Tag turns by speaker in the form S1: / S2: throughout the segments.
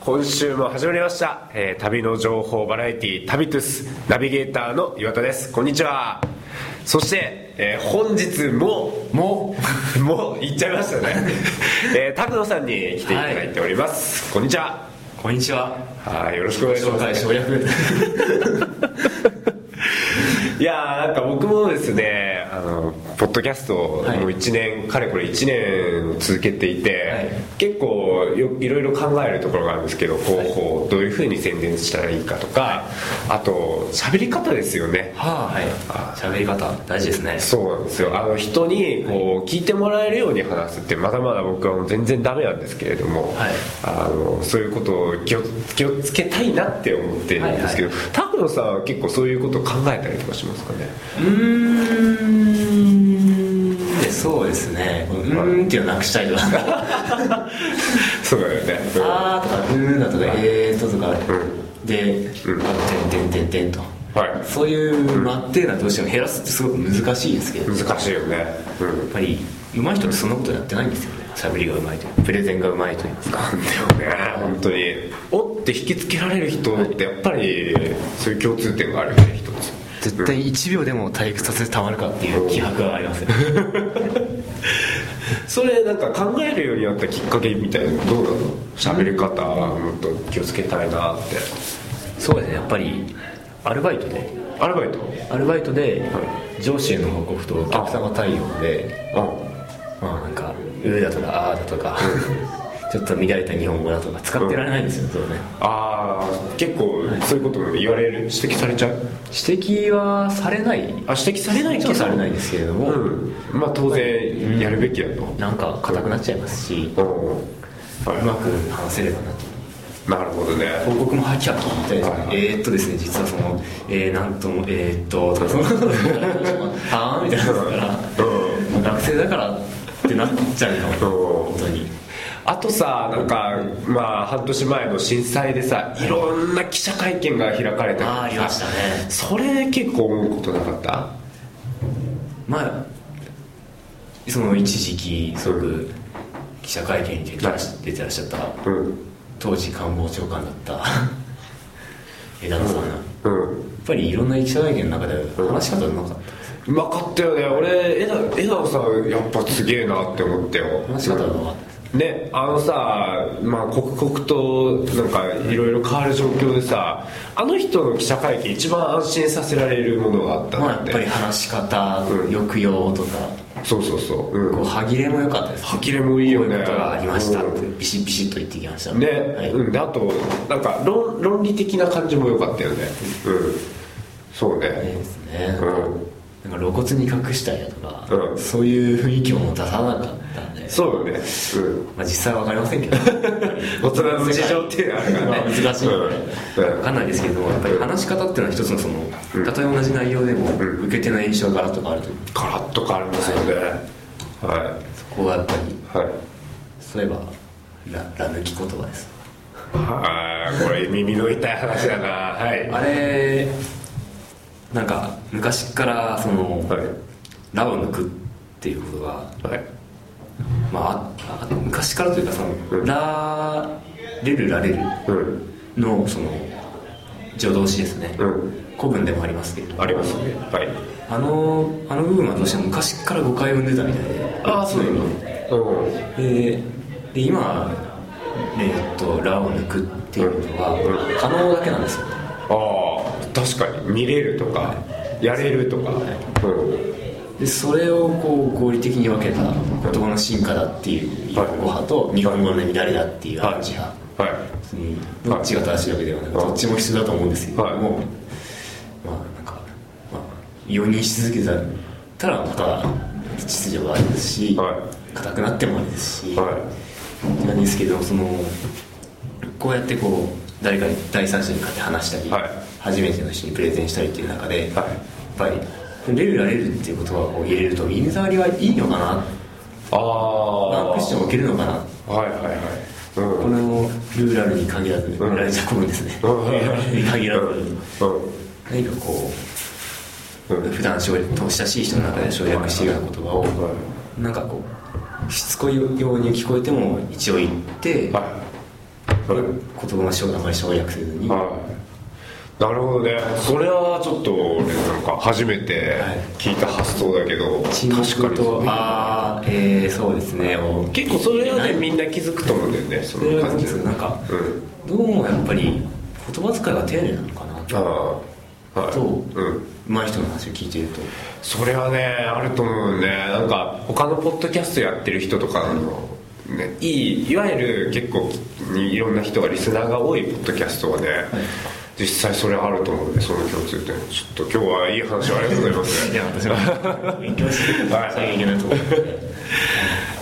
S1: 今週も始まりました、えー旅の情報バラエティ旅トゥスナビゲーターの岩田ですこんにちはそして、えー本日も
S2: も
S1: もう言っちゃいましたね、えー、拓野さんに来ていただいております、こんにちは
S2: うこんにちは
S1: はいよろしくお願いし
S2: 紹
S1: ま
S2: 介
S1: す
S2: 省略
S1: いやーなんか僕もですねあのポッドキャストを
S2: はい
S1: もう1年、かれこれ1年続けていて、
S2: はい
S1: 結構よいろいろ考えるところがあるんですけど広報どういうふうに宣伝したらいいかとか、あと喋り方ですよね
S2: はあはい喋り方大事ですね
S1: そうなんですよあの人にこう聞いてもらえるように話すってまだまだ僕はもう全然ダメなんですけれども、
S2: はい
S1: あのそういうことを気を気をつけたいなって思ってるんですけど、
S2: は
S1: 拓野さんは結構そういうことを考えたりとかしますかね
S2: うーんでそうですねうーんっていうのなくしたいとか
S1: そうだよねうん
S2: あーとかうーんだとかえーととか
S1: う
S2: で
S1: うん
S2: あてんてんてんてんと
S1: はい
S2: そういう待っていうのはどうしても減らすってすごく難しいですけどやっ
S1: 難しいよねうん
S2: ぱり上手い人ってそんなことやってないんですよね喋りが上手いというプレゼンが上手いと言いますか
S1: でもね本当におって引きつけられる人ってやっぱりそういう共通点があるよね一つ
S2: 絶対1秒でも退屈させてたまるかっていう気迫がありますよ
S1: それなんか考えるようになったきっかけみたいなのどうなの喋り方もっと気をつけたいなって
S2: そうですねやっぱりアルバイトで
S1: アルバイト
S2: アルバイトで上司への報告とお客様対応で
S1: あ
S2: まあなんか「うー」だとか「あー」だとか ちょっと乱れた日本語だとか使ってられないんですよそうね
S1: あー結構そういうことも言われる指摘されちゃう
S2: 指摘はされない
S1: あ指摘されないけ
S2: 指
S1: ど
S2: 摘されないですけれど
S1: う
S2: も、
S1: んまあ当然やるべきだと
S2: なんか硬くなっちゃいますし、う
S1: うんはい
S2: まく話せればなと
S1: なるほどね
S2: 報告もはきはきみたいですね、
S1: はい
S2: えー、っとですね実はそのえー、なんともえー、っととか そのはーみたいなのから
S1: う
S2: 学生だからってなっちゃうの
S1: うん
S2: 本当に
S1: あとさなんかまあ半年前の震災でさいろんな記者会見が開かれたり
S2: ああありましたね
S1: それ結構思うことなかった
S2: まあその一時期すごく記者会見に出てらし出てらっしゃった
S1: うん
S2: 当時官房長官だった枝野さんがや
S1: うん
S2: っぱりいろんな記者会見の中で話し方うまかったです
S1: うまかったよね俺枝枝野さんやっぱすげえなって思ったよ
S2: 話し方うまかったです
S1: ねあのさまあ刻々となんかいろいろ変わる状況でさあの人の記者会見一番安心させられるものがあった
S2: まあ
S1: な
S2: や
S1: っ、
S2: ってぱり話し方
S1: うん
S2: 抑揚とか
S1: そうそうそう、うん、
S2: こう歯切れも良かったです
S1: 歯切れもいいよね
S2: こういうことがありましたっ
S1: う
S2: てビシッビシッと言ってきました
S1: ね、
S2: はい
S1: うん、であとなんか論論理的な感じも良かったよねうんそうね
S2: ですね
S1: うん
S2: なんか露骨に隠したりだとか、
S1: うん
S2: そういう雰囲気も出さなかったんで
S1: そうよね
S2: まあ、実際は分かりませんけど
S1: 大人の事情っていうのはあるからね
S2: まあ難しいので、
S1: うん
S2: 分かんないですけどもやっぱり話し方っていうのは一つのその、
S1: ん
S2: たとえ同じ内容でも、
S1: ん
S2: 受け手の印象がガラッと変わるという
S1: ガラッと変わりますよねは
S2: そこはやっぱり
S1: いはい
S2: そういえばらら抜き言葉です
S1: はいこれ耳の痛い話だなはい
S2: あれなんか昔からその、
S1: はい
S2: ラを抜くっていうことが
S1: はい
S2: まああ、あ昔からというかその、
S1: うん
S2: ラレルラレル
S1: うん
S2: のその助動詞ですね、
S1: うん
S2: 古文でもありますけれど
S1: ありますねはい
S2: あのあの部分はどうしても昔から誤解を生んでたみたいであ
S1: うん
S2: でで今えーっとラを抜くっていうこと
S1: う
S2: は可能だけなんですよ
S1: ああ確かに見れるとかやれるとかうん
S2: でそれをこう合理的に分けた言葉の進化だっていう日本語派と日本語の乱れだっていうアンチ派
S1: はい
S2: 別にどっちが正しいわけではなく
S1: はい
S2: どっちも必要だと思うんですけども、
S1: はい
S2: まあなんか、まあ、容認し続けたらまた秩序がありですし
S1: は
S2: 硬、くなってもありですし、
S1: は
S2: なんですけどそのこうやってこう誰かに第三者に勝って話したり、
S1: はい
S2: 初めての人にプレゼンしたりっていう中で、
S1: はい
S2: やっぱり「レルラレル」っていう言葉を入れると耳障りはいいのかな
S1: ああ
S2: ワンクッション置けるのかな
S1: はいはいはい
S2: このルーラルに限らず、
S1: ん
S2: ライザコムですね、
S1: うん
S2: ルーラルに限らず、
S1: う
S2: 何かこう、
S1: うん
S2: 普段省略親しい人の中で省略しているような言葉を、なんかこうしつこいように聞こえても一応言って、
S1: んはいはい
S2: 言葉の省あまり省略せずに、
S1: はいなるほどねそれはちょっと俺なんか初めて聞いた発想だけど、
S2: 沈黙
S1: 確かに
S2: とああえー、そうですねを
S1: 結構それはね
S2: ない
S1: みんな気づくと思うんだよねそ
S2: それ
S1: の
S2: はな
S1: 感
S2: ん
S1: じ
S2: ですかなんか
S1: うん
S2: どうもやっぱり言葉遣いが丁寧なのかなと
S1: ああはいうん
S2: うまい人の話を聞いてると
S1: それはねあると思うねなんか他のポッドキャストやってる人とかの、ね、いいいわゆる結構いろんな人がリスナーが多いポッドキャストはね、実際それあると思うねその共通点ちょっと今日はいい話をありがとうございます
S2: いや私は勉強しなき
S1: はい
S2: ゃいけないと思って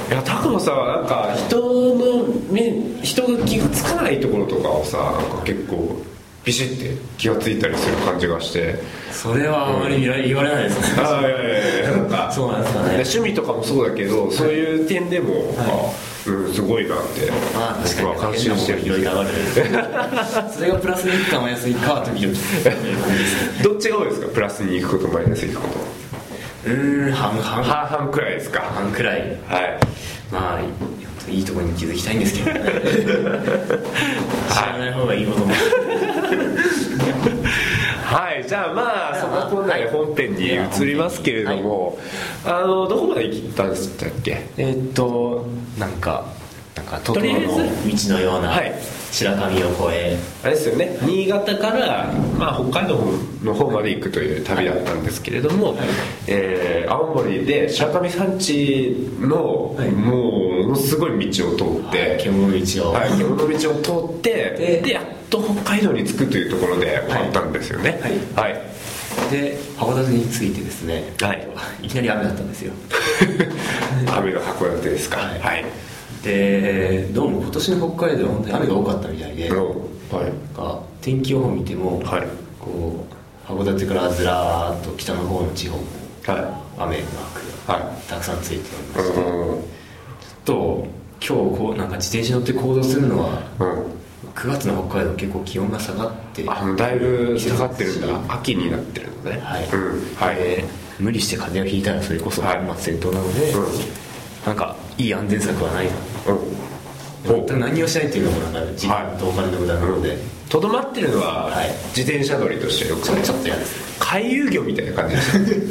S1: いや拓磨さんはなんか人の目人が気がつかないところとかをさなんか結構ビシッて気がついたりする感じがして
S2: それはあまり言われ言われないですね
S1: ああいやいやいやなんか
S2: そうなんですかね
S1: 趣味とかもそうだけど、そういう点でも、あうん、すごいなって
S2: まあ確
S1: 僕
S2: かに
S1: は感心してるん
S2: い
S1: です
S2: ろい
S1: け
S2: ろ
S1: ど
S2: 上がるそれがプラスでいくかマイナスでいくかは時々
S1: どっちが多いですかプラスに行くことマイナスに行くこと
S2: うーん半々
S1: 半々くらいですか
S2: 半くらい
S1: はい
S2: まあ本当いいところに気づきたいんですけどね知らない方がいいことも
S1: はいじゃあまあ
S2: じ
S1: そ
S2: ゃあまあ
S1: ここんなに本編に移りますけれども、あのどこまで行ったんでしたっけ
S2: えーっとなんかなんかトト
S1: と
S2: ロ
S1: りあえ
S2: の
S1: ず
S2: 道のような
S1: はい
S2: 白神を越え
S1: あれですよね新潟から、まあ、北海道の方まで行くという旅だったんですけれども、えー青森で白神山地の、
S2: はい
S1: もうものすごい道を通って、
S2: 獣道を
S1: はい、山の道を通ってで
S2: で
S1: やっと北海道に着くというところで終わったんですよねはい、 はい
S2: で函館に着いてですね
S1: はい
S2: いきなり雨だったんですよ
S1: 雨の函館ですかは、
S2: はいい
S1: はい
S2: でどうも今年の北海道は本当に雨が多かったみたいで、なん
S1: はい
S2: か天気予報見ても、
S1: はい
S2: こう函館からずらーっと北の方の地方も
S1: は
S2: 雨マークが
S1: はい
S2: たくさんついておりま
S1: い
S2: して、ちょっ
S1: うん
S2: と今日こうなんか自転車乗って行動するのは
S1: うん
S2: 9月の北海道結構気温が下がって
S1: あもうだいぶ下がってるんだ秋になってるのね
S2: はい、
S1: うんはい、
S2: で無理して風邪をひいたらそれこそ
S1: はい
S2: 本末転倒なので、
S1: うん
S2: なんかいい安全策はないな
S1: うん
S2: 全く何をしないっていうのもなんか時間とお金の無駄なので、
S1: とどまってるのは、
S2: はい
S1: 自転車乗りとしてよく
S2: それちょっと嫌です
S1: 回遊魚みたいな感じで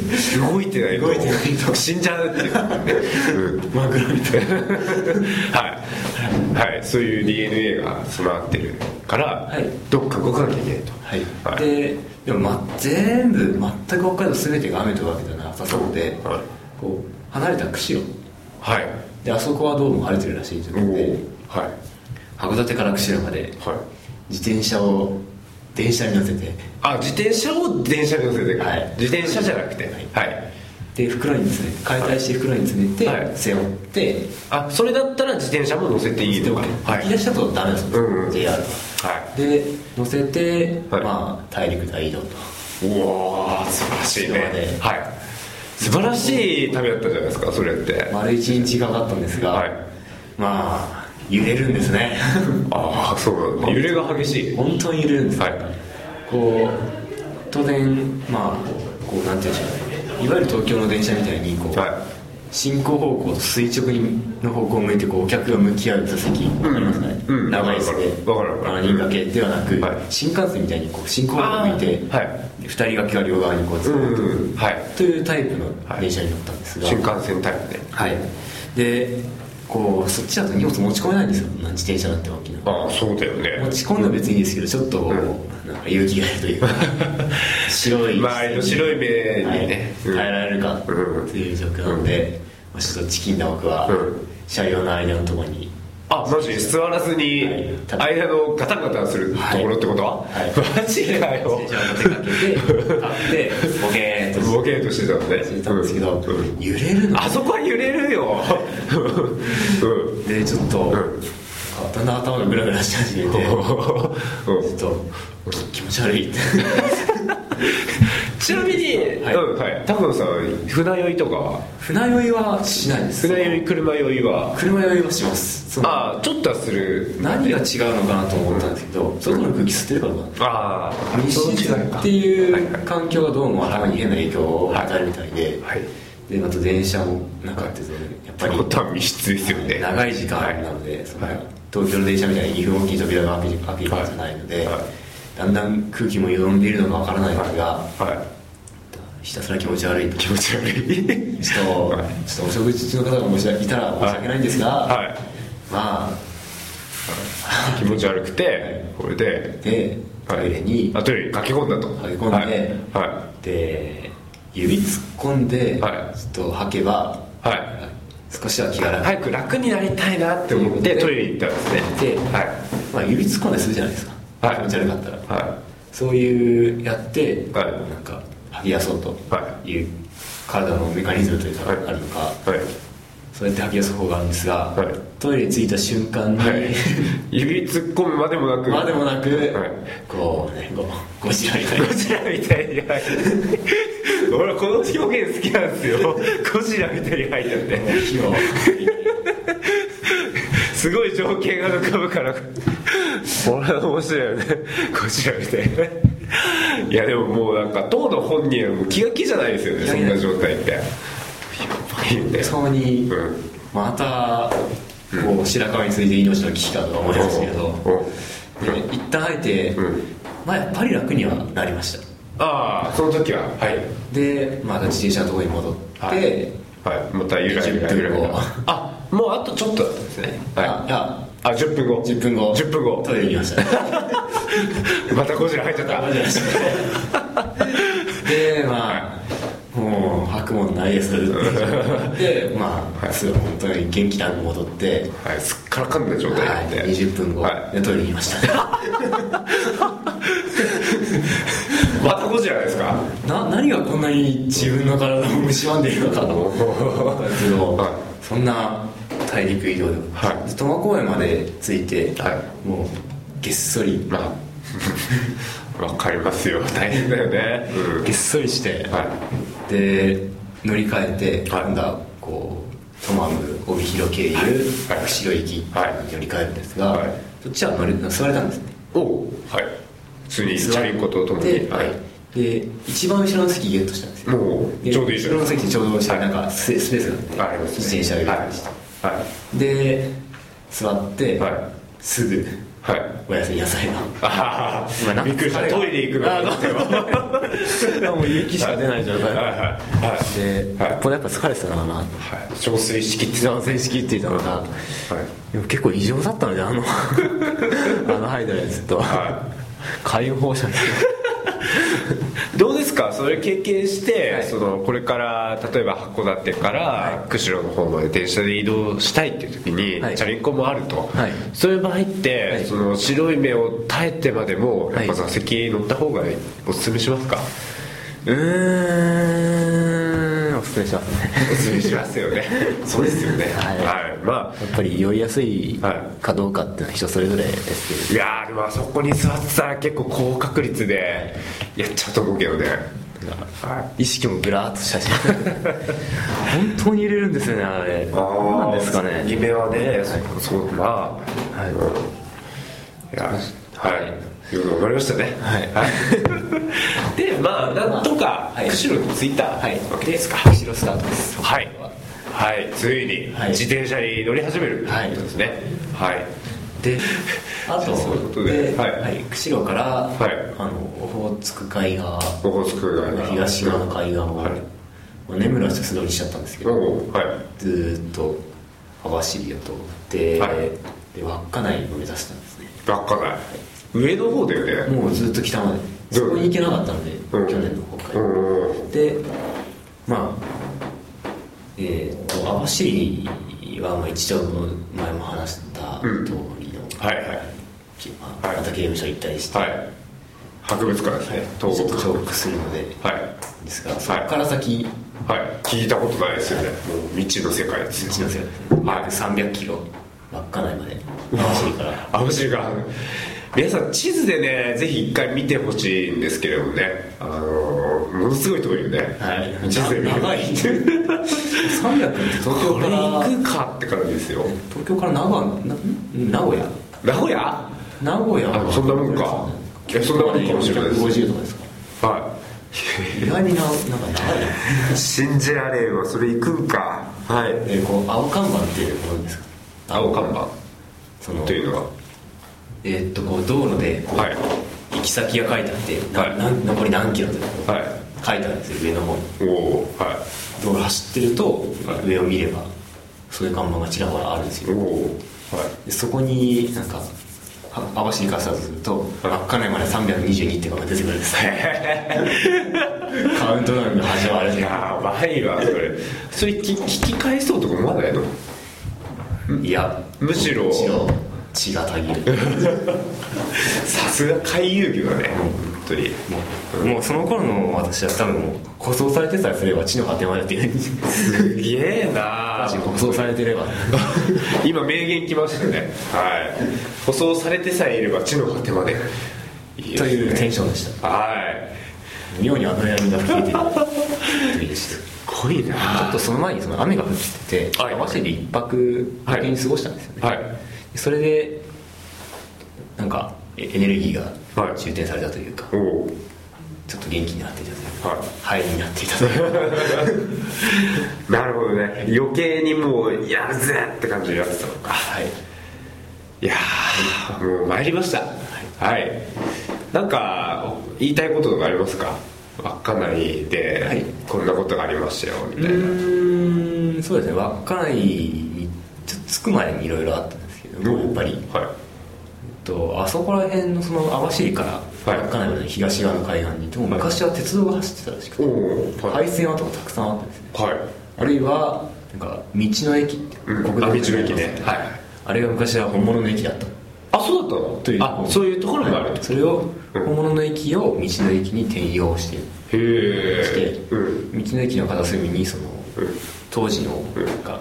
S1: した動いてないと
S2: 動いてないと
S1: 死んじゃうっていう、うん
S2: マグロみたいな
S1: はい、はい、そういう DNA が備わってるから、
S2: はい
S1: どっか動かなきゃいけないと
S2: はい、
S1: はい
S2: ででも、ま、全部全く北海道全てが雨というわけではなさそうで、
S1: はい
S2: こう離れた釧路
S1: はい
S2: であそこはどうも晴れてるらしいということで
S1: おはい
S2: 函館から釧路まで
S1: はい
S2: 自転車を電車に乗せて
S1: あ自転車を電車に乗せてくる、
S2: はい
S1: 自転車じゃなくて
S2: はい
S1: はい
S2: で袋に詰め解体して袋に詰めて、
S1: はい
S2: 背負って
S1: あそれだったら自転車も乗せていいのかは
S2: 引
S1: い
S2: き出しだとダメなんですよ、
S1: うんうん
S2: JR は
S1: は
S2: で乗せて、
S1: はい
S2: まあ大陸大移動と
S1: い、うわー素晴らしいね
S2: 今まで
S1: はい素晴らしい旅だったじゃないですかそれって、
S2: 丸一日かかったんですが、
S1: はい
S2: まあ揺れるんですね
S1: ああそうなんだ揺れが激しい
S2: 本当に揺れるんです、
S1: はい
S2: こう当然まあこうなんていうんでしょういわゆる東京の電車みたいにこう、
S1: は
S2: 進行方向と垂直の方向を向いてこうお客が向き合う座席わかりますかね、
S1: うん
S2: 長い椅子で
S1: わかるわかるわかる
S2: 7人掛けではなく、
S1: はい
S2: 新幹線みたいにこう進行方向を向いて、
S1: あーはい
S2: 2人掛けが両側にこうずっとくる
S1: うんはい
S2: というタイプの電車に乗ったんですが、
S1: 新幹線タイプで
S2: はい、でこうそっちだと荷物持ち込めないんですよ自転車なんて大きな
S1: ああそうだよね
S2: 持ち込んだら別にいいですけどちょっと、なんか勇気がいると いうか白い
S1: 周りの白い目にね
S2: はい耐えられるかって
S1: うん
S2: いう状況なので、まあ、ちょっとチキンな僕は、
S1: うん
S2: 車両の間のところに
S1: あマジ座らずに
S2: はい
S1: 間のガタンガタンするところってことは、
S2: はい
S1: マジか よ
S2: 自転車を手掛けて立ってボケーっと
S1: ボケーとしてたのね
S2: してたんですけど、
S1: うんうん
S2: 揺れるの
S1: あそこは揺れる よ、うん
S2: でちょっと、
S1: ん
S2: だんだん頭がグラグラし始めて
S1: うん
S2: ちょっとき気持ち悪いって
S1: ちなみに、
S2: はい
S1: うんはい、高野さん船酔いとかは
S2: 船酔いはしないです
S1: 船酔い車酔いは
S2: 車酔いはしますその
S1: ああちょっとはする
S2: 何が違うのかなと思ったんですけど外の空気吸ってるからかな
S1: ああ
S2: 密室っていう環境がどうも頭に変な影響を与えるみたいで、
S1: はい
S2: でまた電車もなかったですねやっぱり
S1: ことは密室ですよね
S2: 長い時間
S1: はい
S2: なので、その
S1: はい
S2: 東京の電車みたいに2分おきに扉が開け開けるんじゃないので、
S1: はいはい
S2: だんだん空気もよどんでいるのがわからない時が、
S1: は
S2: ひたすら気持ち悪い
S1: い気持ち悪い
S2: ちょっと、
S1: はい
S2: ちょっとお食事中の方がもしいたら申し訳ないんですが、
S1: はい
S2: ま
S1: 気持ち悪くてこれ
S2: あ
S1: で
S2: でト
S1: はい
S2: イレに、
S1: あトイレに駆け込んだと
S2: 駆け込んで
S1: はいは
S2: で指突っ込んで、
S1: はい
S2: ちょっと吐けば、
S1: はい
S2: 少しは気が
S1: い
S2: 楽
S1: 早く楽になりたいなって思ってトイレに行ったんですね
S2: で、
S1: は
S2: まあ、指突っ込んでするじゃないですか、
S1: はい
S2: 気持ち悪かったら、
S1: いは
S2: そういうやって、
S1: はい
S2: なんか吐き出そうと
S1: は
S2: いう体のメカニズムというか、
S1: はい
S2: あるのか
S1: いはい
S2: そうやって吐き出す方があるんですが、
S1: はい
S2: トイレに着いた瞬間に、
S1: はい指突っ込むまでもなく
S2: まあでもなく、
S1: はい
S2: こうねごごしらみたいな
S1: ゴジラみたいに入 って俺この表現好きなんですよゴジラみたいに入っちゃって
S2: 火を
S1: すごい情景が浮かぶから俺は面白いよねゴジラみたいないやでももうなんか当の本人はもう気が気じゃないですよねそんな状態ってやばいんだよ
S2: そうに、
S1: うん
S2: またこう白川について命の危機かとか思いますけれど、
S1: うんうん
S2: で一旦吐いて、
S1: うん
S2: まあやっぱり楽にはなりました
S1: ああその時ははい
S2: でまた自転車のところに戻って、
S1: はいはいまたゆらゆらゆらゆ
S2: 10分
S1: ら
S2: 後
S1: あもうあとちょっとだったんですねはい
S2: あいや
S1: あ10分後
S2: 10分後
S1: 10分後
S2: トイレに行きました
S1: またゴジラ入っちゃった
S2: でまあもう吐くもんないですでまあ、
S1: はい
S2: すぐ本当に元気なく戻って、
S1: はい、すっからかんだ状態
S2: はい
S1: になっ、て、
S2: 20分後、
S1: は
S2: でトイレにいました
S1: い、またゴジラですか
S2: な何がこんなに自分の体を蝕んでいるのかと思ったんですけど、
S1: はい
S2: そんな大陸移動で、
S1: はい
S2: で苫小牧まで着いて、
S1: は
S2: もうげっそり、
S1: まあ わかりますよ大変だよね、うん
S2: げっそりして、
S1: は
S2: で乗り換えて、
S1: はい
S2: 今度はこうトマム帯広経由、
S1: はい
S2: 釧路行き
S1: はい
S2: に乗り換えるんですが、
S1: はい
S2: そっちは乗れ座れたんですね
S1: いおうはい普通にチャリンコとともに
S2: で,、
S1: は、
S2: はいい、で一番後ろの席ゲットしたんですよ
S1: もう
S2: で
S1: ちょうどいいじゃ
S2: 後
S1: ない
S2: ろの
S1: です
S2: 席ちょうど後ろになんかスペスペースがあって、
S1: かありますね
S2: 自転車を入れました、
S1: はいはい
S2: で座って、
S1: はい
S2: すぐ
S1: はい
S2: おやすみなさいの
S1: あ
S2: 今な
S1: あ
S2: んか
S1: びっくりしたトイレ行くの
S2: あもう勇気しか出ない状
S1: はい
S2: 態
S1: はいはい
S2: で、
S1: はい
S2: これやっぱ疲れてたのかな
S1: はい憔悴しきって
S2: 一番正式って言ったのが、
S1: はい
S2: でも結構異常だったの であのあのハイドのやつと、
S1: は
S2: 開放者みたい
S1: どうですかそれ経験して、
S2: はい
S1: そのこれから例えば函館から釧路の方まで電車で移動したいっていう時に、
S2: はい
S1: チャリンコもあると、
S2: はい
S1: そういう場合って、
S2: はい
S1: その白い目を耐えてまでもやっぱ
S2: はい
S1: 座席乗った方がおすすめしますか、
S2: なうーんおすすめしますね
S1: おすすめしますよ ねそうですよね
S2: はい
S1: はい、ま
S2: やっぱり酔いやすい
S1: は
S2: かどうかっていうのは人それぞれですけれど
S1: あいやーでもあそこに座ってたら結構高確率でやっちゃうと思うけどねはい
S2: 意識もブラーっとしたし 本当に入れるんですよねあれどうなんですかね
S1: 二目はね、そうそうまあ、
S2: はい
S1: うんいや、はい、よくわかりましたね。
S2: はい
S1: い で、まあ、なんとか、
S2: はい
S1: 釧路に着いたわ
S2: はい
S1: け
S2: で
S1: ですか。
S2: 後ろスタートです
S1: はい。はい、ついに
S2: はい
S1: 自転車に乗り始める
S2: はい
S1: ということですね。はい。
S2: であ
S1: じゃ
S2: と
S1: あそういうことでは
S2: はいい釧路から、
S1: い
S2: あのオホーツク海側
S1: オホーツク海側
S2: 東側の海岸を、
S1: はい
S2: まあ根室は一つ通りしちゃったんですけ
S1: お
S2: ど、
S1: うはい。
S2: ずーっと網走を通って、
S1: はい
S2: で稚内を目指したんですね
S1: 稚内。上の方だよね。
S2: もうずっと北までそこに行けなかったので、
S1: うん
S2: 去年の北海道、
S1: うん。
S2: でまあえー、と網走はまあ一応前も話した通りの、
S1: はいはい。
S2: ま
S1: はい
S2: あ、また刑務所行ったりして、
S1: はい。博物館ですね。
S2: ちょっ
S1: 東
S2: と
S1: 北。
S2: 重複するので、
S1: はい。
S2: ですがそこから先、道
S1: はい、聞いたことないですよね、もう未知の世界ですよ
S2: の世界ですね
S1: はい
S2: 約300キロ稚内まで網走から
S1: あ面白いか皆さん地図でねぜひ一回見てほしいんですけれどもねあのーものすごい遠いよね、
S2: はい
S1: 地図で見る
S2: 長い300って東京
S1: こ
S2: か
S1: れ行
S2: ら
S1: くかって感じですよ
S2: 東京から名古屋な名古屋
S1: 名古屋
S2: 名古屋
S1: あそんなもんかいやそんなもんかもしれないです
S2: 50とかですか
S1: は
S2: 意外にななんか長いない
S1: 信じられんわそれ行くんかはい
S2: えーこう青看板っていうものですか
S1: 青看板
S2: その
S1: というのは
S2: えーっとこう道路でこう、
S1: はい
S2: 行き先が書いてあってな、
S1: はい
S2: なん残り何キロとか
S1: は
S2: 書いてあるんですよ上の方に
S1: いおおは
S2: 道路走ってると
S1: はい
S2: 上を見ればそういう看板がちらほらあるんです
S1: いお
S2: よ
S1: おは
S2: でそこになんかは網走からスタートすると
S1: はい
S2: 稚内まで322っていうのが出てくるんですね カウントダウンが始まる
S1: いやばいわそれそれ聞聞き返そうとか思わないの
S2: いや
S1: むしろ
S2: むしろ血がたぎる
S1: さすが回遊魚だね本当に
S2: もうその頃の私は多分もう舗装されてさえすれば地の果てまでって いう
S1: すげえな
S2: 舗装されてれば
S1: 今名言きましたねはい舗装されてさえいれば地の果てまでと
S2: というテンションで した
S1: はい
S2: 妙にあの闇が吹いてる時でした
S1: すごいな
S2: ちょっとその前にその雨が降ってて、
S1: はい
S2: 合わせて一泊だけに過ごしたんですよね、
S1: はい
S2: それでなんかえエネルギー
S1: は
S2: が
S1: い
S2: 充填されたというか、
S1: おお
S2: ちょっと元気になっていたというか
S1: は
S2: ハエになっていたというか
S1: いなるほどね余計にもうやるぜって感じになってたのか
S2: はい
S1: いやーもう参りましたはい、なんか言いたいこととかありますか稚内で、
S2: はい
S1: こんなことがありましたよみ
S2: う
S1: たいな
S2: ーんそうですね稚内にちょっと着く前にいろいろあったんですけどもやっぱり、えっ
S1: は
S2: と、あそこら辺のその網走から
S1: はい
S2: 稚内まで東側の海岸にいても昔は鉄道が走ってたらしく
S1: いお
S2: て、
S1: おはい、
S2: 廃線跡がたくさんあったんですね
S1: はい
S2: あるいはなんか道の駅って
S1: うん
S2: 国道
S1: あ道の駅ねはい
S2: あれが昔は本物の駅だった
S1: あそうだったの
S2: という
S1: あそういうところもある
S2: は
S1: っ
S2: い
S1: て
S2: それを
S1: うん
S2: 本物の駅を道の駅に転用して
S1: へえ
S2: して
S1: うん
S2: 道の駅の片隅にその
S1: うん
S2: 当時の
S1: うん
S2: なんか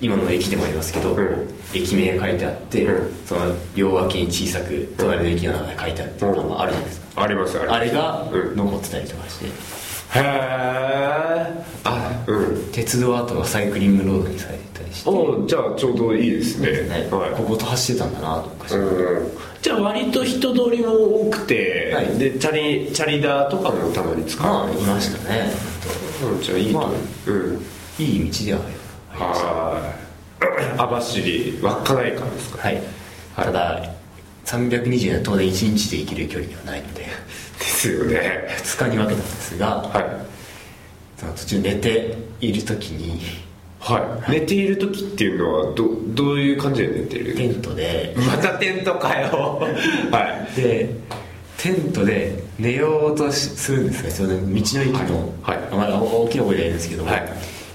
S2: 今の駅でもありますけど
S1: うん
S2: 駅名が書いてあって
S1: うん
S2: その両脇に小さく隣の駅の名前が書いてあるっていうのがあるじゃないですか
S1: ありますあります
S2: あれが
S1: うん
S2: 残ってたりとかして
S1: へえあうん
S2: 鉄道跡がサイクリングロードにされてたりして
S1: おじゃあちょうどいいですね
S2: ね
S1: はい
S2: ここと走ってたんだなとかして
S1: うんじゃあ割と人通りも多くて、
S2: はい
S1: でチャリチャリダーとかもたまに使
S2: ま
S1: う
S2: あいましたね
S1: うんじゃあいいと思う、
S2: ま
S1: うん
S2: いい道ではある
S1: はーい網走稚内間ですか
S2: はい、ただ320は当然1日で行ける距離ではないので
S1: ですよね
S2: 2日に分けたんですが
S1: はい
S2: その途中寝ている時に
S1: はい寝ている時っていうのはどどういう感じで寝て
S2: テ
S1: る
S2: ントで
S1: またテントかよはい
S2: でテントで寝ようとしするんですがちょうど道の駅の、
S1: はいはい
S2: あまり大きな声では言うんですけども、
S1: はい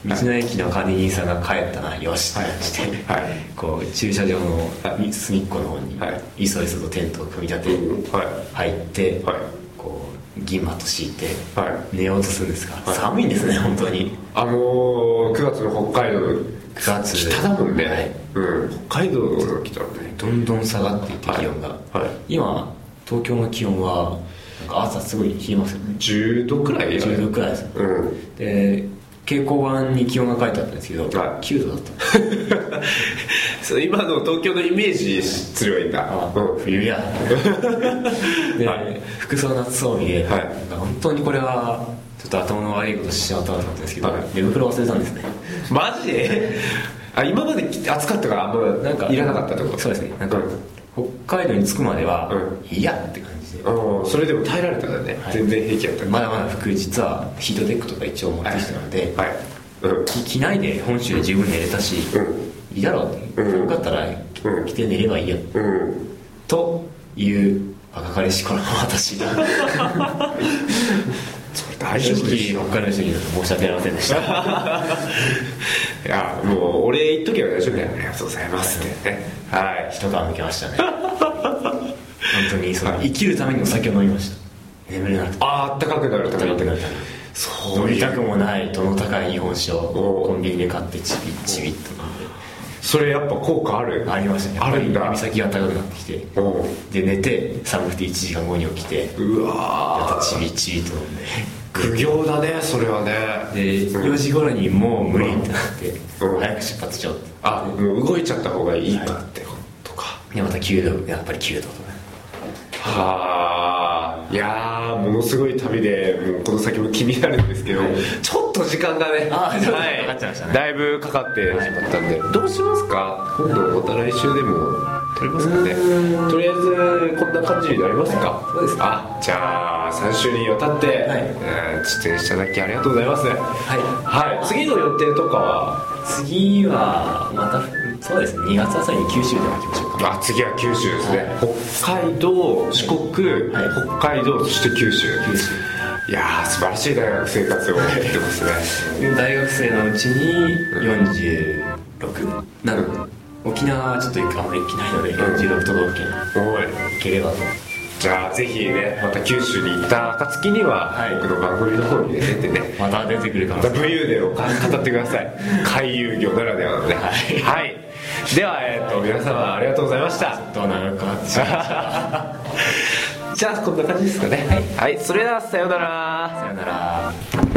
S2: 道の駅の管理人さんが帰ったなよしってして、
S1: はい
S2: こう駐車場の
S1: はい
S2: 隅っこの方に、
S1: はい
S2: いそいそとテントを組み立て、
S1: うんは
S2: 入って、
S1: はい
S2: こう銀マット敷いて、
S1: は
S2: 寝ようとするんですが、寒いんですね本当に
S1: あのー、9月の北海道の
S2: 9月
S1: 北だもんね、
S2: はい
S1: うん北海道の北だね
S2: どんどん下がっていって気温が、
S1: はいは
S2: 今東京の気温はなんか朝すごい冷えますよね
S1: 10度くらい
S2: 10度くらいです
S1: うん
S2: で蛍光板に気温が書いてあったんですけど、
S1: はい
S2: 9度だったんです
S1: そう今の東京のイメージすればいいんだうん
S2: 冬やで、
S1: はい
S2: 服装夏装備で、
S1: はい
S2: なんか本当にこれはちょっと頭の悪いことしてしまったなと思ったんですけど、
S1: はい
S2: 寝袋忘れたんですね
S1: マジ であ今まで暑かったからあんま
S2: なんか
S1: いらなかったってこと
S2: そうですねなんか、
S1: うん
S2: 北海道に着くまでは、
S1: う
S2: いやって感じで、
S1: うんそれでも耐えられたんだね、
S2: はい
S1: 全然平気やった
S2: まだまだ服実はヒートテックとか一応持ってきたので、
S1: はい、うん
S2: き着ないで本州で十分寝れたし、
S1: う
S2: いいだろう、
S1: うん
S2: よかったら
S1: うん
S2: 着て寝ればいいよ、
S1: うん、
S2: という若かりし頃の私が
S1: それ大
S2: 正
S1: 丈夫で
S2: 直
S1: しょ
S2: 北海道の人に申し訳ありませんでした
S1: いやもう俺言っとけば大丈夫だよありがとうございますってねはい
S2: 一皮むけましたね本当にその
S1: はい
S2: 生きるためにお酒を飲みました眠れなくて
S1: あーあったかくなるために
S2: 温かくなったり
S1: そ
S2: 飲
S1: う
S2: み
S1: い
S2: たく
S1: う
S2: もないどの高い日本酒を
S1: お
S2: コンビニで買ってちびっちびっと飲んで
S1: それやっぱ効果ある
S2: ありましたね
S1: あるんだ
S2: 指先が高くなってきて
S1: お
S2: で寝て寒くて1時間後に起きて
S1: うう
S2: ま
S1: わ
S2: た
S1: ー
S2: ちびちびと飲んで
S1: 苦行だねそれはね
S2: で4時頃にもう無理ってなって
S1: うん
S2: 早く出発しようって
S1: あもう動いちゃった方がいいかってことか
S2: でまた9度やっぱり9度とか
S1: はあいやーものすごい旅でもうこの先も気になるんですけど、ちょっと時間がね
S2: あーちょっと
S1: はい
S2: かかっちゃいましたね
S1: だいぶかかってしまったんで、どうしますか今度また来週でも取れますかねとりあえずこんな感じになりますか、
S2: そうですか
S1: あじゃあ3週にわたって、えー出演いただきありがとうございますはいはい、次の予定とかは
S2: 次はまたそうですね2月あたりに九州でも行きましょうか
S1: あ次は九州ですね、
S2: は
S1: 北海道四国、
S2: はい
S1: 北海道そして九州
S2: 九州
S1: いやー素晴らしい大学生活を送ってますね
S2: で大学生のうちに46なる沖縄はちょっとあんまり行けないので46都道府県
S1: おい
S2: 行ければと
S1: じゃあぜひねまた九州に行った暁には、
S2: はい
S1: 僕の番組の方に、ね、出てね
S2: また出てくるか
S1: また
S2: も
S1: 武勇伝をか語ってくださ い海遊魚ならではのねはい、では、えー、と皆様ありがとうございました
S2: どうなるかってさよ
S1: じゃあこんな感じですかねはい、それではさようなら
S2: なら